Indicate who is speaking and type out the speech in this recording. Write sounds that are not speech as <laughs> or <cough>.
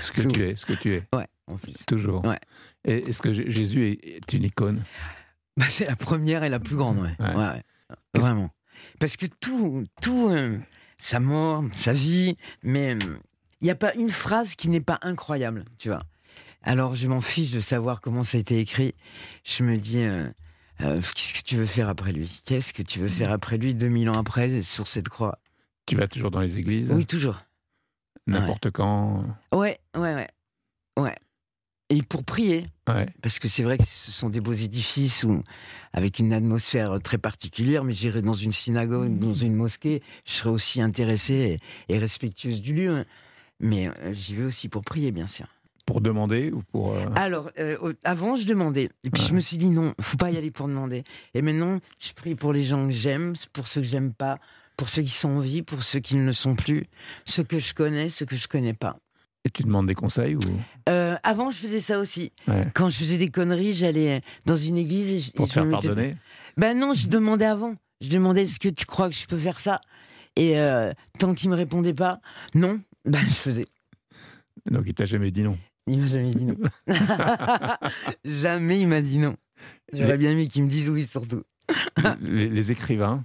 Speaker 1: Ce que tu es, ce que tu es.
Speaker 2: Ouais, en plus.
Speaker 1: Toujours.
Speaker 2: Ouais.
Speaker 1: Et est-ce que J- Jésus est- est une icône
Speaker 2: Bah, c'est la première et la plus grande, ouais.
Speaker 1: Ouais.
Speaker 2: Ouais, ouais.
Speaker 1: Qu'est-ce-
Speaker 2: Vraiment. Parce que tout, tout, euh, sa mort, sa vie, mais euh, il n'y a pas une phrase qui n'est pas incroyable, tu vois. Alors je m'en fiche de savoir comment ça a été écrit. Je me dis, euh, euh, qu'est-ce que tu veux faire après lui Qu'est-ce que tu veux faire après lui 2000 ans après, sur cette croix
Speaker 1: Tu vas toujours dans les églises,
Speaker 2: Oui, toujours.
Speaker 1: n'importe quand.
Speaker 2: Ouais, ouais, ouais. Ouais. Et pour prier,
Speaker 1: Ouais.
Speaker 2: parce que c'est vrai que ce sont des beaux édifices où, avec une atmosphère très particulière, mais j'irai dans une synagogue, dans
Speaker 1: Mmh.
Speaker 2: une mosquée, je serai aussi intéressée et, et respectueuse du lieu. hein. Mais euh, j'y vais aussi pour prier, bien sûr.
Speaker 1: Pour demander ou pour. euh,
Speaker 2: Alors, euh, au- avant, je demandais. Et puis,
Speaker 1: Ouais.
Speaker 2: je me suis dit non, faut pas y aller pour demander. Et maintenant, je prie pour les gens que j'aime, pour ceux que j'aime pas, pour ceux qui sont en vie, pour ceux qui ne le sont plus, ceux que je connais, ceux que je connais pas.
Speaker 1: Et tu demandes des conseils ou.
Speaker 2: Euh, avant, je faisais ça aussi.
Speaker 1: Ouais.
Speaker 2: Quand je faisais des conneries, j'allais dans une église et je,
Speaker 1: Pour
Speaker 2: et
Speaker 1: te
Speaker 2: je
Speaker 1: faire
Speaker 2: me mettais-
Speaker 1: pardonner
Speaker 2: Ben non, je demandais avant. Je demandais est-ce que tu crois que je peux faire ça Et euh, tant qu'il me répondait pas, non, ben je faisais.
Speaker 1: Donc il t'a jamais dit
Speaker 2: <laughs>
Speaker 1: non.
Speaker 2: Il m'a jamais dit non. jamais il m'a dit non. J'aurais bien aimé qu'il me dise oui surtout.
Speaker 1: les, les écrivains,